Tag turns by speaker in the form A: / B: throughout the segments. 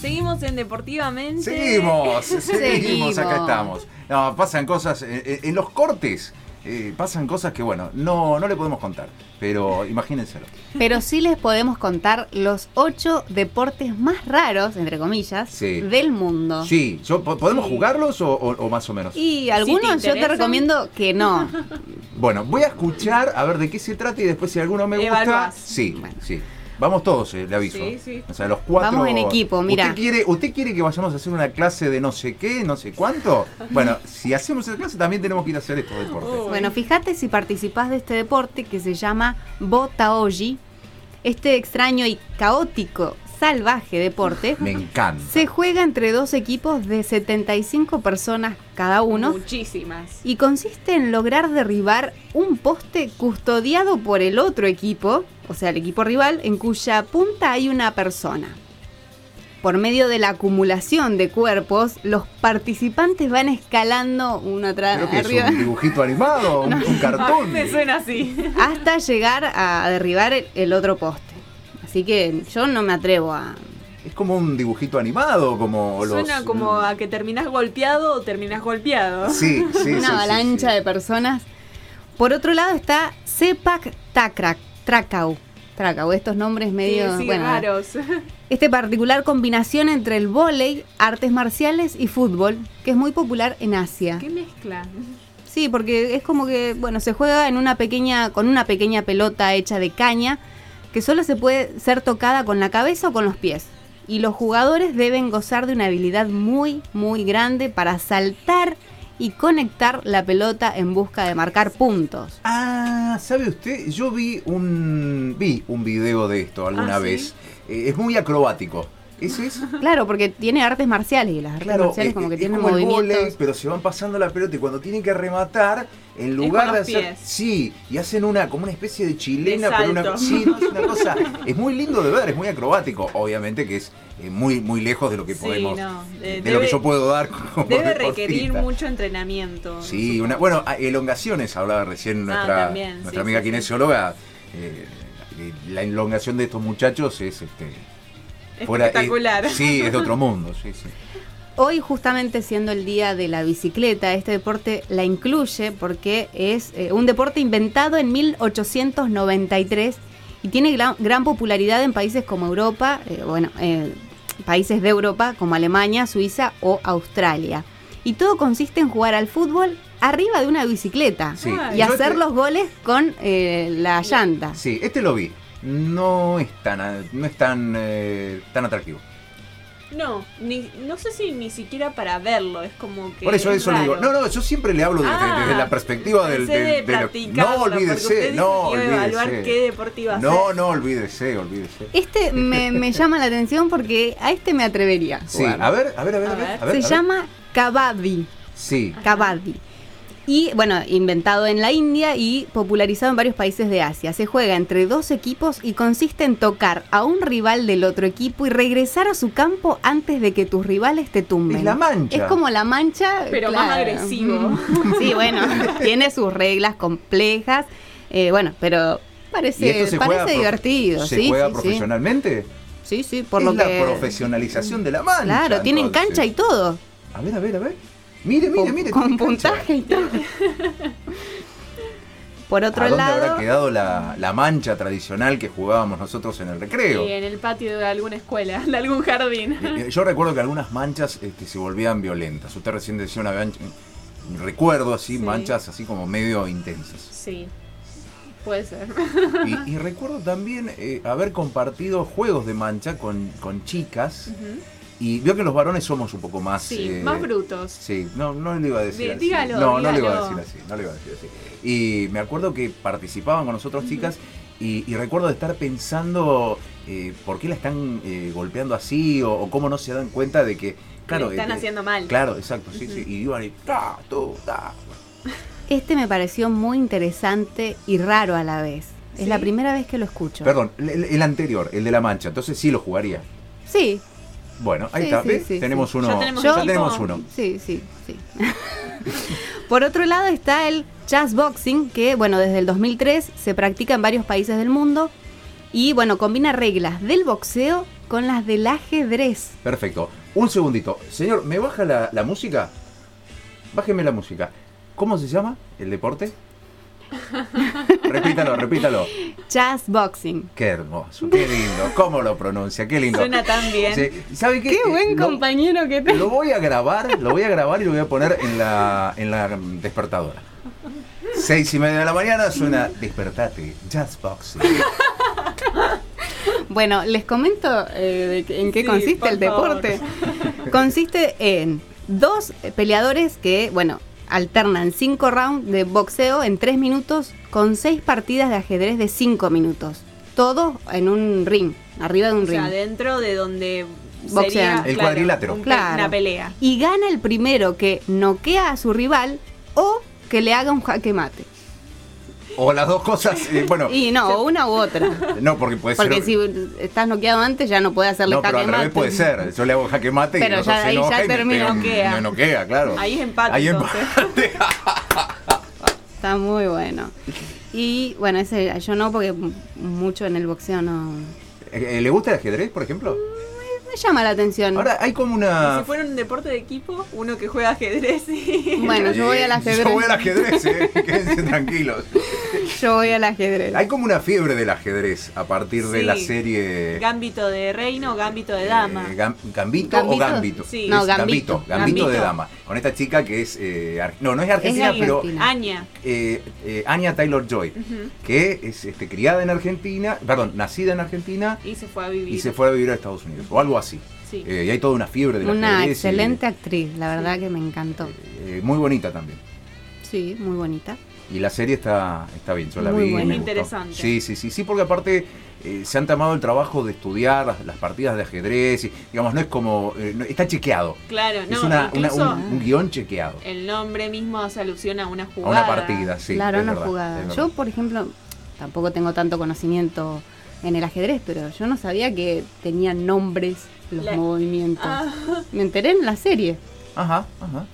A: Seguimos en Deportivamente.
B: Seguimos, seguimos,
C: Seguimos.
B: acá estamos. No, pasan cosas, eh, eh, en los cortes eh, pasan cosas que, bueno, no, no le podemos contar, pero imagínenselo.
C: Pero sí les podemos contar los ocho deportes más raros, entre comillas,
B: Sí.
C: del mundo.
B: Sí, yo- po- ¿podemos jugarlos o, o- o más o menos?
A: Y
C: Y algunos yo te
A: interesan,
C: recomiendo que no.
B: Bueno, voy a escuchar a ver de qué se trata y después si alguno me gusta.
A: Evaluás.
B: Sí,
C: Bueno.
B: sí. Vamos todos, eh, le aviso.
A: Sí, sí.
B: O sea, los cuatro.
C: Vamos en equipo, mirá.
B: ¿Usted quiere, ¿Usted quiere que vayamos a hacer una clase de no sé qué, no sé cuánto? Bueno, si hacemos esa clase también tenemos que ir a hacer estos deportes.
A: Oh.
C: Bueno, fíjate si participás de este deporte que se llama botaoji. Este extraño y caótico, salvaje deporte
B: Me encanta.
C: se juega entre dos equipos de 75 personas cada uno
A: Muchísimas.
C: y consiste en lograr derribar un poste custodiado por el otro equipo, o sea, el equipo rival, en cuya punta hay una persona. Por medio de la acumulación de cuerpos, los participantes van escalando uno
A: Ah,
C: atrás
B: Creo que es
C: arriba
B: un dibujito animado, un, un
A: A mí
B: cartón.
A: me suena así.
C: hasta llegar a derribar el, el otro poste. Así que yo no me atrevo a...
B: Es como un dibujito animado, como los.
A: Suena como a que terminás golpeado o terminás golpeado.
B: Sí, sí, sí, sí,
C: una
B: sí,
C: avalancha
B: sí.
C: de personas. Por otro lado está Sepak Takrak, Trakau. Trakau, estos nombres medio...
A: Sí, sí,
C: bueno,
A: raros.
C: Este particular combinación entre el vóley, artes marciales y fútbol, que es muy popular en Asia.
A: ¿Qué mezcla?
C: Sí, porque es como que, bueno, se juega en una pequeña, con una pequeña pelota hecha de caña, que solo se puede ser tocada con la cabeza o con los pies. Y los jugadores deben gozar de una habilidad muy, muy grande para saltar y conectar la pelota en busca de marcar puntos.
B: Ah, ¿sabe usted? Yo vi un vi un video de esto alguna
A: Ah, ¿sí?
B: vez. Eh, es muy acrobático. ¿Ese es?
C: Claro, porque tiene artes marciales y las artes
B: Claro,
C: marciales
B: es-
C: como que
B: es
C: tienen
B: como el vóley,
C: movimientos.
B: pero se van pasando la pelota y cuando tienen que rematar, en lugar
A: con
B: de
A: los
B: hacer.
A: pies.
B: Sí, y hacen una como una especie de chilena,
A: De
B: pero una,
A: salto.
B: sí, es una cosa. Es muy lindo de ver, es muy acrobático. Obviamente que es eh, muy, muy lejos de lo que
A: Sí,
B: podemos.
A: no, eh,
B: de lo
A: debe-
B: que yo puedo dar como
A: Debe
B: deportista.
A: requerir mucho entrenamiento.
B: Sí,
A: supongo.
B: una, bueno, a- elongaciones hablaba recién nuestra,
A: Ah, también, sí,
B: nuestra amiga
A: sí, sí.
B: kinesióloga. Eh, la elongación de estos muchachos es este, fuera- es-
A: Espectacular.
B: sí, es de otro mundo. Sí, sí.
C: Hoy justamente siendo el día de la bicicleta, este deporte la incluye porque es eh, un deporte inventado en 1893 y tiene gran, gran popularidad en países como Europa, eh, bueno, eh, países de Europa como Alemania, Suiza o Australia. Y todo consiste en jugar al fútbol arriba de una bicicleta
B: Sí.
A: Ay.
C: y
B: Yo
C: hacer
B: este-
C: los goles con eh, la llanta.
B: Sí, este lo vi. No es tan, a- no es tan, eh, tan atractivo.
A: No, ni- no sé si ni siquiera para verlo, es como que.
B: Por eso,
A: es
B: eso le digo.
A: raro.
B: No, no, yo siempre le hablo desde,
A: Ah,
B: desde la perspectiva del.
A: Pensé
B: del-
A: de
B: del-
A: practicarlo,
B: no
A: porque usted
B: olvídese,
A: dice
B: no
A: que iba a evaluar qué
B: olvídese.
A: deportivo iba a
B: No,
A: ser.
B: no, olvídese, olvídese.
C: Este me, me llama la atención porque a este me atrevería. a
B: Sí,
C: jugar.
B: a ver, a ver, a ver,
A: A
B: a ver.
A: ver.
B: a ver, a ver.
C: Se llama Kababi.
B: Sí.
C: Kabaddi. Y bueno, inventado en la India y popularizado en varios países de Asia. Se juega entre dos equipos y consiste en tocar a un rival del otro equipo y regresar a su campo antes de que tus rivales te tumben.
B: Es la mancha.
C: Es como la mancha.
A: Pero más agresivo.
C: Sí, bueno, tiene sus reglas complejas. Eh, bueno,
B: ¿Y
C: pero
B: esto
C: parece,
B: se juega
C: parece
B: profe-
C: divertido.
B: ¿Se
C: sí,
B: juega
C: sí, sí.
B: profesionalmente?
C: Sí, sí, por
B: es
C: lo
B: la
C: que.
B: profesionalización de la mancha.
C: Claro, tienen
B: entonces.
C: cancha y todo.
B: A ver, a ver, a ver. Mire, mire,
C: con-
B: mire.
C: con
B: tiene cancha.
C: puntaje y todo. Por otro
B: ¿A dónde habrá
C: lado,
B: quedado la, la mancha tradicional que jugábamos nosotros en el recreo?
A: Y en el patio de alguna escuela, de algún jardín.
B: Eh, eh, Yo recuerdo que algunas manchas este, se volvían violentas. Usted recién decía una mancha. Recuerdo así,
A: Sí.
B: manchas así como medio intensas.
A: Sí, puede ser.
B: Y, y recuerdo también eh, haber compartido juegos de mancha con, con chicas. Y veo que los varones somos un poco más.
A: Sí,
B: eh,
A: más brutos.
B: Sí, no, no le iba a decir
A: Dí-
B: así.
A: dígalo,
B: no, no le iba a
A: dígalo.
B: decir así, no le iba a decir así. Y me acuerdo que participaban con nosotros chicas y, y recuerdo de estar pensando eh, por qué la están eh, golpeando así o, o cómo no se dan cuenta de que, claro,
A: Le están
B: eh,
A: haciendo mal.
B: Claro, exacto, sí, sí.
A: Ujú.
B: Y iban y ta, tu, ta.
C: este me pareció muy interesante y raro a la vez. Es
A: Sí.
C: la primera vez que lo escucho.
B: Perdón, el- el, el anterior, el de la mancha, entonces sí lo jugaría.
C: Sí,
B: Bueno, ahí
C: Sí,
B: está,
C: sí,
B: ¿ves?
C: sí,
B: tenemos
C: sí.
B: uno.
A: Ya tenemos
B: ya
A: equipo.
B: tenemos uno.
C: sí, sí, sí. Por otro lado está el jazz boxing, que bueno, desde el 2003 se practica en varios países del mundo y bueno, combina reglas del boxeo con las del ajedrez.
B: Perfecto. Un segundito. Señor, ¿me baja la, la música? Bájeme la música. ¿Cómo se llama el deporte? repítalo, repítalo.
C: Jazz boxing.
B: Qué hermoso, qué lindo. ¿Cómo lo pronuncia? Qué lindo.
A: Suena tan bien.
B: Sí, ¿sabe qué?
C: Qué buen
B: Eh, lo-
C: compañero que
B: Lo,
C: tengo.
B: voy a grabar, lo voy a grabar y lo voy a poner en la, en la mm, despertadora. Seis y media de la mañana suena Despertate, Jazz Boxing.
C: Bueno, les comento eh, de que- en qué
A: Sí,
C: consiste
A: por
C: el deporte. Consiste en dos peleadores que, bueno, alternan cinco rounds de boxeo en tres minutos con seis partidas de ajedrez de cinco minutos. Todo en un ring, arriba de un
A: O sea,
C: ring.
A: dentro de donde
C: Boxean.
A: sería,
B: El cuadrilátero.
A: un pe-
C: Claro.
A: Una pelea.
C: Y gana el primero que noquea a su rival o que le haga un jaque mate.
B: O las dos cosas, eh, bueno,
C: Y no, o una u otra.
B: no, porque puede ser.
C: Porque si estás noqueado antes ya no puedes hacerle
B: no, pero
C: jaque
B: al
C: mate.
B: revés puede ser. Yo le hago jaque mate y
C: Pero
B: el otro
C: ya-
B: se
C: ahí
B: enoja
C: ya
B: y me
C: termina.
B: pega un-
A: Noquea.
B: Me noquea, claro.
A: Ahí es empate,
B: Ahí
A: entonces.
B: empate.
C: Está muy bueno. Y bueno, ese yo no porque m- mucho en el boxeo no
B: Eh, ¿Le gusta el ajedrez, por ejemplo?
C: me llama la atención.
B: Ahora hay como
A: Y
B: una.
A: Si fuera un deporte de equipo, uno que juega ajedrez y...
C: bueno, yo voy al ajedrez.
B: Yo voy al ajedrez, eh. quédense tranquilos.
C: Yo voy al ajedrez.
B: Hay como una fiebre del ajedrez a partir de
A: Sí.
B: la serie.
A: Gambito de reino, gambito de
B: eh,
A: dama.
B: Gam- ¿Gambito, o
C: ¿Gambito?
B: Gambito?
A: Sí.
B: Es
C: No, Gambito.
B: Gambito. Gambito de
A: Gambito.
B: dama. Con esta chica que es. eh, ar- no, no es argentina,
C: Es
B: pero.
C: argentina.
A: Aña.
B: eh, eh, Anya Taylor Joy,
A: Ujú.
B: que es este, criada en Argentina, perdón, nacida en Argentina
A: Y se fue a vivir.
B: y se fue a vivir a Estados Unidos, o algo así.
A: Sí.
B: Eh, y hay toda una fiebre de la
C: Una excelente actriz, la verdad que me encantó.
B: muy bonita también.
C: Sí, muy bonita.
B: Y la serie está, está bien, yo la
C: Muy
B: vi. y
C: buena.
B: me
A: Es
B: gustó.
A: interesante.
B: Sí, sí, sí, sí, porque aparte eh, se han tomado el trabajo de estudiar las, las partidas de ajedrez, y, digamos, no es como, eh, no- está chequeado.
A: Claro, no,
B: es una- una-
A: incluso
B: un, un guión chequeado.
A: el nombre mismo hace alusión a una
B: A
A: jugada.
B: una partida, sí.
C: claro,
B: es
C: una
B: verdad, es
C: jugada.
B: verdad.
C: Yo, por ejemplo, tampoco tengo tanto conocimiento en el ajedrez, pero yo no sabía que tenían nombres los
A: La-
C: movimientos.
A: Ah,
C: Me enteré en la serie.
B: Ajá, ajá.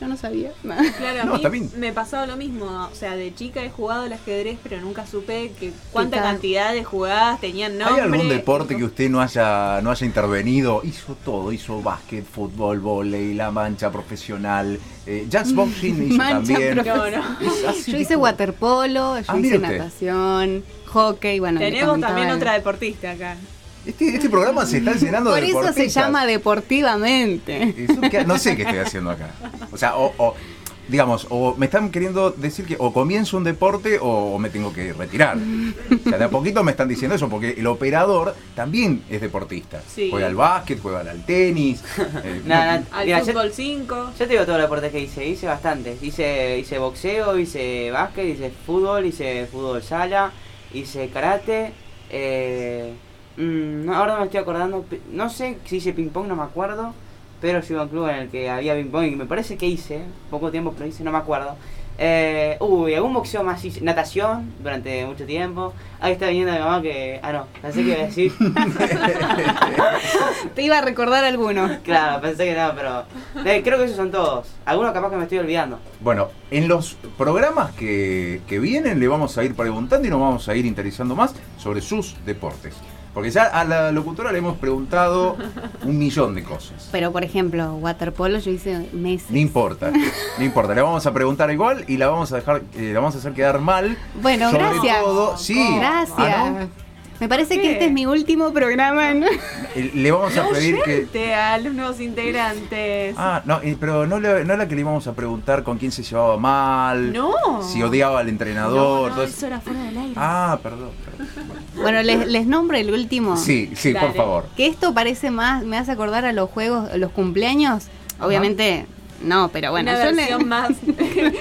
C: Yo no sabía.
A: claro, a
B: No,
A: mí
B: está bien.
A: me pasaba lo mismo. O sea, de chica he jugado al ajedrez, pero nunca supe que cuánta
C: cada-
A: cantidad de jugadas tenían nombre.
B: ¿Hay algún deporte que usted no haya, no haya intervenido? Hizo todo, hizo básquet, fútbol, volei, la mancha profesional, eh, jazz boxing hizo
C: Mm, Mancha
B: también.
C: profe-
A: No, no.
B: Es así
C: Yo
B: que-
C: hice waterpolo, yo
B: Ah, mire
C: hice
B: usted.
C: natación, hockey, bueno. le
A: Tenemos
C: comentaba
A: también
C: el-
A: otra deportista acá.
B: Este, este programa se está llenando
C: Por
B: de
C: eso se
B: deportistas.
C: llama deportivamente.
B: Eso que- no sé qué estoy haciendo acá. O sea, o, o, digamos, o me están queriendo decir que o comienzo un deporte o, me tengo que retirar. O sea, de a poquito me están diciendo eso, porque el operador también es deportista.
A: Sí.
B: Juega al básquet, juega al tenis. eh,
D: Nada, nada.
A: Al
D: Mira, yo-
A: fútbol 5.
D: Yo te digo todos los deportes que hice, hice bastantes. Hice, hice boxeo, hice básquet, hice fútbol, hice fútbol sala, hice karate. eh, mm, no, ahora no me estoy acordando, pi- no sé si hice ping-pong, no me acuerdo. Pero yo iba a un club en el que había ping-pong y me parece que hice, poco tiempo, pero hice, no me acuerdo. Eh, uy, algún boxeo más hice, natación durante mucho tiempo. Ahí está viniendo mi mamá que. Ah, no, pensé que iba a decir.
C: Te iba a recordar alguno.
D: claro, pensé que no, pero. eh, creo que esos son todos. Algunos capaz que me estoy olvidando.
B: Bueno, en los programas que, que vienen le vamos a ir preguntando y nos vamos a ir interesando más sobre sus deportes. Porque ya a la locutora le hemos preguntado un millón de cosas.
C: Pero por ejemplo, waterpolo yo hice
B: No
C: Messi.
B: importa, no importa. Le vamos a preguntar igual y la vamos a dejar, eh, la vamos a hacer quedar mal.
C: Bueno,
B: Sobre
C: gracias.
B: todo, sí.
C: Gracias.
B: Ah,
C: Me parece
A: ¿Qué?
C: que este es mi último programa. ¿no?
B: Eh, Le vamos a pedir que.
A: Gente, a los nuevos integrantes.
B: Ah, no, eh, pero no, le- no la que le íbamos a preguntar con quién se llevaba mal,
A: no.
B: si odiaba al entrenador.
A: No, no,
B: todo eso.
A: eso era fuera del aire.
B: Ah, perdón. perdón.
C: Bueno, les, les nombro el último.
B: Sí, sí, por
A: Dale.
B: favor.
C: Que esto parece más, me hace acordar a los juegos, a los cumpleaños. Obviamente, no, pero bueno,
A: Una
C: yo le-
A: versión más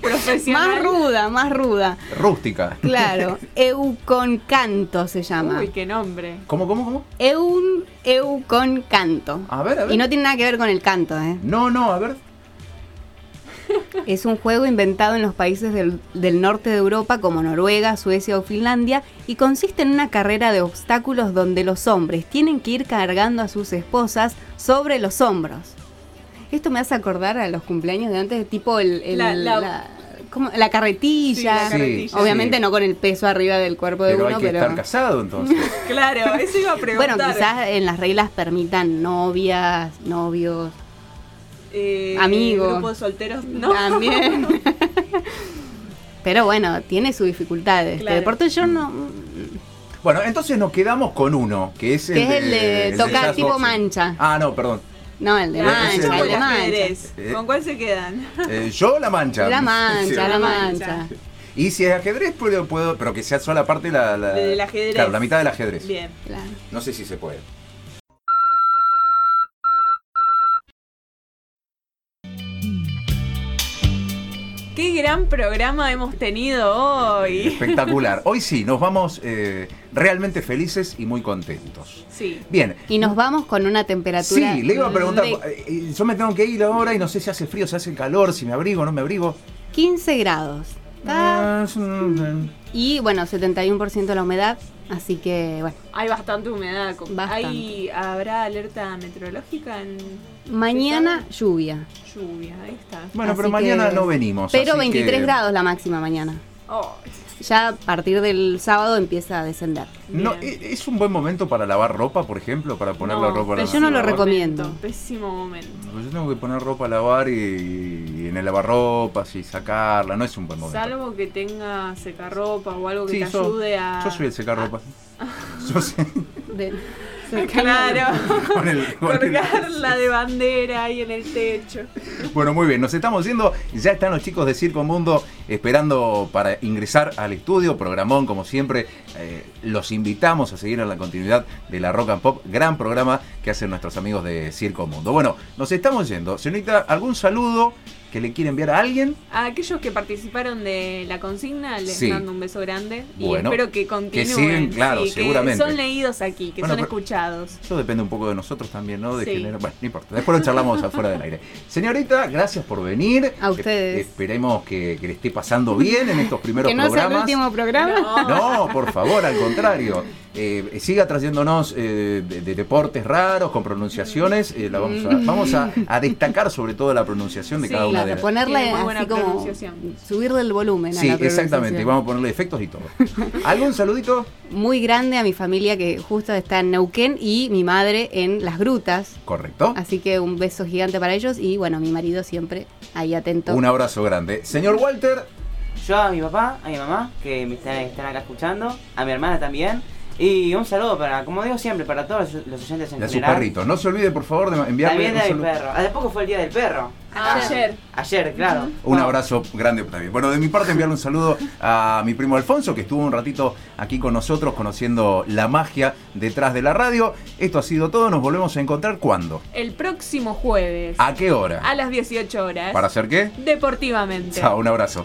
A: profesional.
C: más ruda, más ruda.
B: Rústica.
C: Claro, Euconcanto se llama.
A: Uy, qué nombre.
B: ¿Cómo, cómo, cómo?
C: Eun, Euconcanto.
B: A ver, a ver.
C: Y no tiene nada que ver con el canto, ¿eh?
B: No, no, a ver.
C: Es un juego inventado en los países del, del norte de Europa como Noruega, Suecia o Finlandia y consiste en una carrera de obstáculos donde los hombres tienen que ir cargando a sus esposas sobre los hombros. Esto me hace acordar a los cumpleaños de antes, tipo el... el-
A: La- la-
C: la- como la carretilla.
A: Sí, la
B: Sí,
A: carretilla.
C: Obviamente
B: sí.
C: no con el peso arriba del cuerpo de
B: Pero hay
C: uno,
B: que
C: pero.
B: estar casado entonces.
A: Claro, eso iba a preguntar.
C: Bueno, quizás en las reglas permitan novias, novios,
A: Eh,
C: amigos.
A: Grupo de solteros, ¿no?
C: también. Pero bueno, tiene sus dificultades. Este
A: Claro.
C: deporte yo no.
B: Bueno, entonces nos quedamos con uno, que es el
C: Que es el de tocar
B: jazz
C: tipo
B: boxing.
C: mancha.
B: Ah, no, perdón.
C: No, el de
B: Ah,
A: Ah,
C: mancha,
A: yo
B: ese
C: el
A: voy
C: de
A: a
C: mancha.
A: ajedrez.
B: Eh.
A: ¿Con cuál se quedan?
B: Eh, yo la mancha.
C: La
B: Sí.
C: mancha, la
A: La
C: mancha.
A: mancha.
B: Y si es ajedrez, puedo, puedo- pero que sea solo la parte la, la-
A: Del ajedrez.
B: Claro, la mitad del ajedrez.
A: Bien.
C: Claro.
B: No sé si se puede.
A: Qué gran programa hemos tenido hoy.
B: Espectacular. Hoy sí, nos vamos eh, realmente felices y muy contentos.
A: Sí.
B: Bien.
C: Y nos vamos con una temperatura.
B: Sí, le iba a preguntar,
C: de
B: eh, eh, yo me tengo que ir ahora y no sé si hace frío, si hace calor, si me abrigo, no me abrigo.
C: 15 grados. Ah,
B: Ah, es un-
C: Y bueno, 71% la humedad. Así que, bueno.
A: Hay bastante humedad. co-
C: Bastante.
A: Hay, ¿Habrá alerta meteorológica en
C: Mañana lluvia.
A: lluvia? Ahí está.
B: Bueno,
C: Así
B: pero mañana
C: que-
B: no venimos.
C: Pero
B: así
C: 23
B: que-
C: grados la máxima mañana.
A: Oh,
C: Ya a partir del sábado empieza a descender.
B: No,
A: bien.
B: e- es un buen momento para lavar ropa, por ejemplo, para poner
A: No,
B: la ropa a
C: pero
B: lavar.
C: yo no lo
A: Pésimo
C: recomiendo.
A: momento, Pésimo momento.
B: Yo tengo que poner ropa a lavar y, y en el lavarropas y sacarla, no es un buen momento.
A: Salvo que tenga secarropa o algo que
B: Sí,
A: te
B: yo-
A: ayude a.
B: Yo soy el secarropa. Yo sé,
C: De-
A: Claro.
B: con el- con el-
A: Colgarla de bandera ahí en el techo.
B: Bueno, muy bien, nos estamos yendo. Ya están los chicos de Circo Mundo esperando para ingresar al estudio. Programón, como siempre, eh, los invitamos a seguir en la continuidad de la Rock and Pop, gran programa que hacen nuestros amigos de Circo Mundo. Bueno, nos estamos yendo. Señorita, ¿algún saludo que le quiere enviar a alguien?
A: A aquellos que participaron de la consigna les
B: Sí.
A: mando un beso grande y
B: Bueno,
A: espero que
B: que
A: continúen.
B: siguen, claro,
A: sí, que
B: seguramente.
A: son leídos aquí, que
B: Bueno,
A: son
B: pero-
A: escuchados.
B: Eso depende un poco de nosotros también, ¿no? De
A: Sí.
B: generar- Bueno, no importa. Después lo charlamos afuera del aire. Señorita, gracias por venir.
C: A ustedes.
B: E- esperemos que, que le esté pasando bien en estos primeros
C: Que no sea
B: programas.
C: el último programa.
B: No, por favor, al contrario. Eh, siga trayéndonos eh, de, de deportes raros, con pronunciaciones. eh, la vamos
C: Mm.
B: a, vamos a, a destacar sobre todo la pronunciación de
A: Sí,
B: cada una
C: Claro,
B: de las.
C: ponerle
A: Tiene muy buena
C: así como
A: pronunciación.
C: subirle el volumen a
B: Sí,
C: la pronunciación.
B: exactamente. Y vamos a ponerle efectos y todo. ¿Algún saludito?
C: Muy grande a mi familia que justo está en Neuquén y mi madre en Las Grutas.
B: Correcto.
C: Así que un beso gigante para ellos y bueno, mi marido siempre ahí atento.
B: Un abrazo grande. Señor Walter,
D: Yo a mi papá, a mi mamá, que me están, están acá escuchando, a mi hermana también. Y un saludo para, como digo siempre, para todos los, los oyentes en
B: de a sus
D: general.
B: perritos. No se olvide, por favor, de enviarle
D: También
B: un
D: de mi
B: saludo.
D: perro. Hace poco fue el día del perro.
A: Ayer.
D: Ayer, claro.
B: Un
D: Bueno,
B: abrazo grande también. Bueno, de mi parte enviarle un saludo a mi primo Alfonso, que estuvo un ratito aquí con nosotros conociendo la magia detrás de la radio. Esto ha sido todo, nos volvemos a encontrar cuándo.
A: El próximo jueves
B: ¿A qué
A: a
B: hora?
A: las 18 horas.
B: Ah. ¿Para hacer qué?
A: Deportivamente.
B: Chao, un abrazo.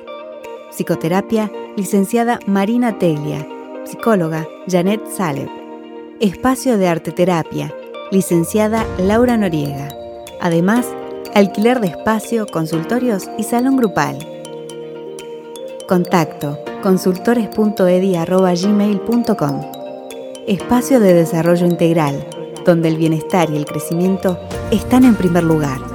E: Psicoterapia, licenciada Marina Teglia, psicóloga Janet Saleb. Espacio de Arteterapia, licenciada Laura Noriega. Además, alquiler de espacio, consultorios y salón grupal. Contacto consultores.edi.gmail.com Espacio de Desarrollo Integral, donde el bienestar y el crecimiento están en primer lugar.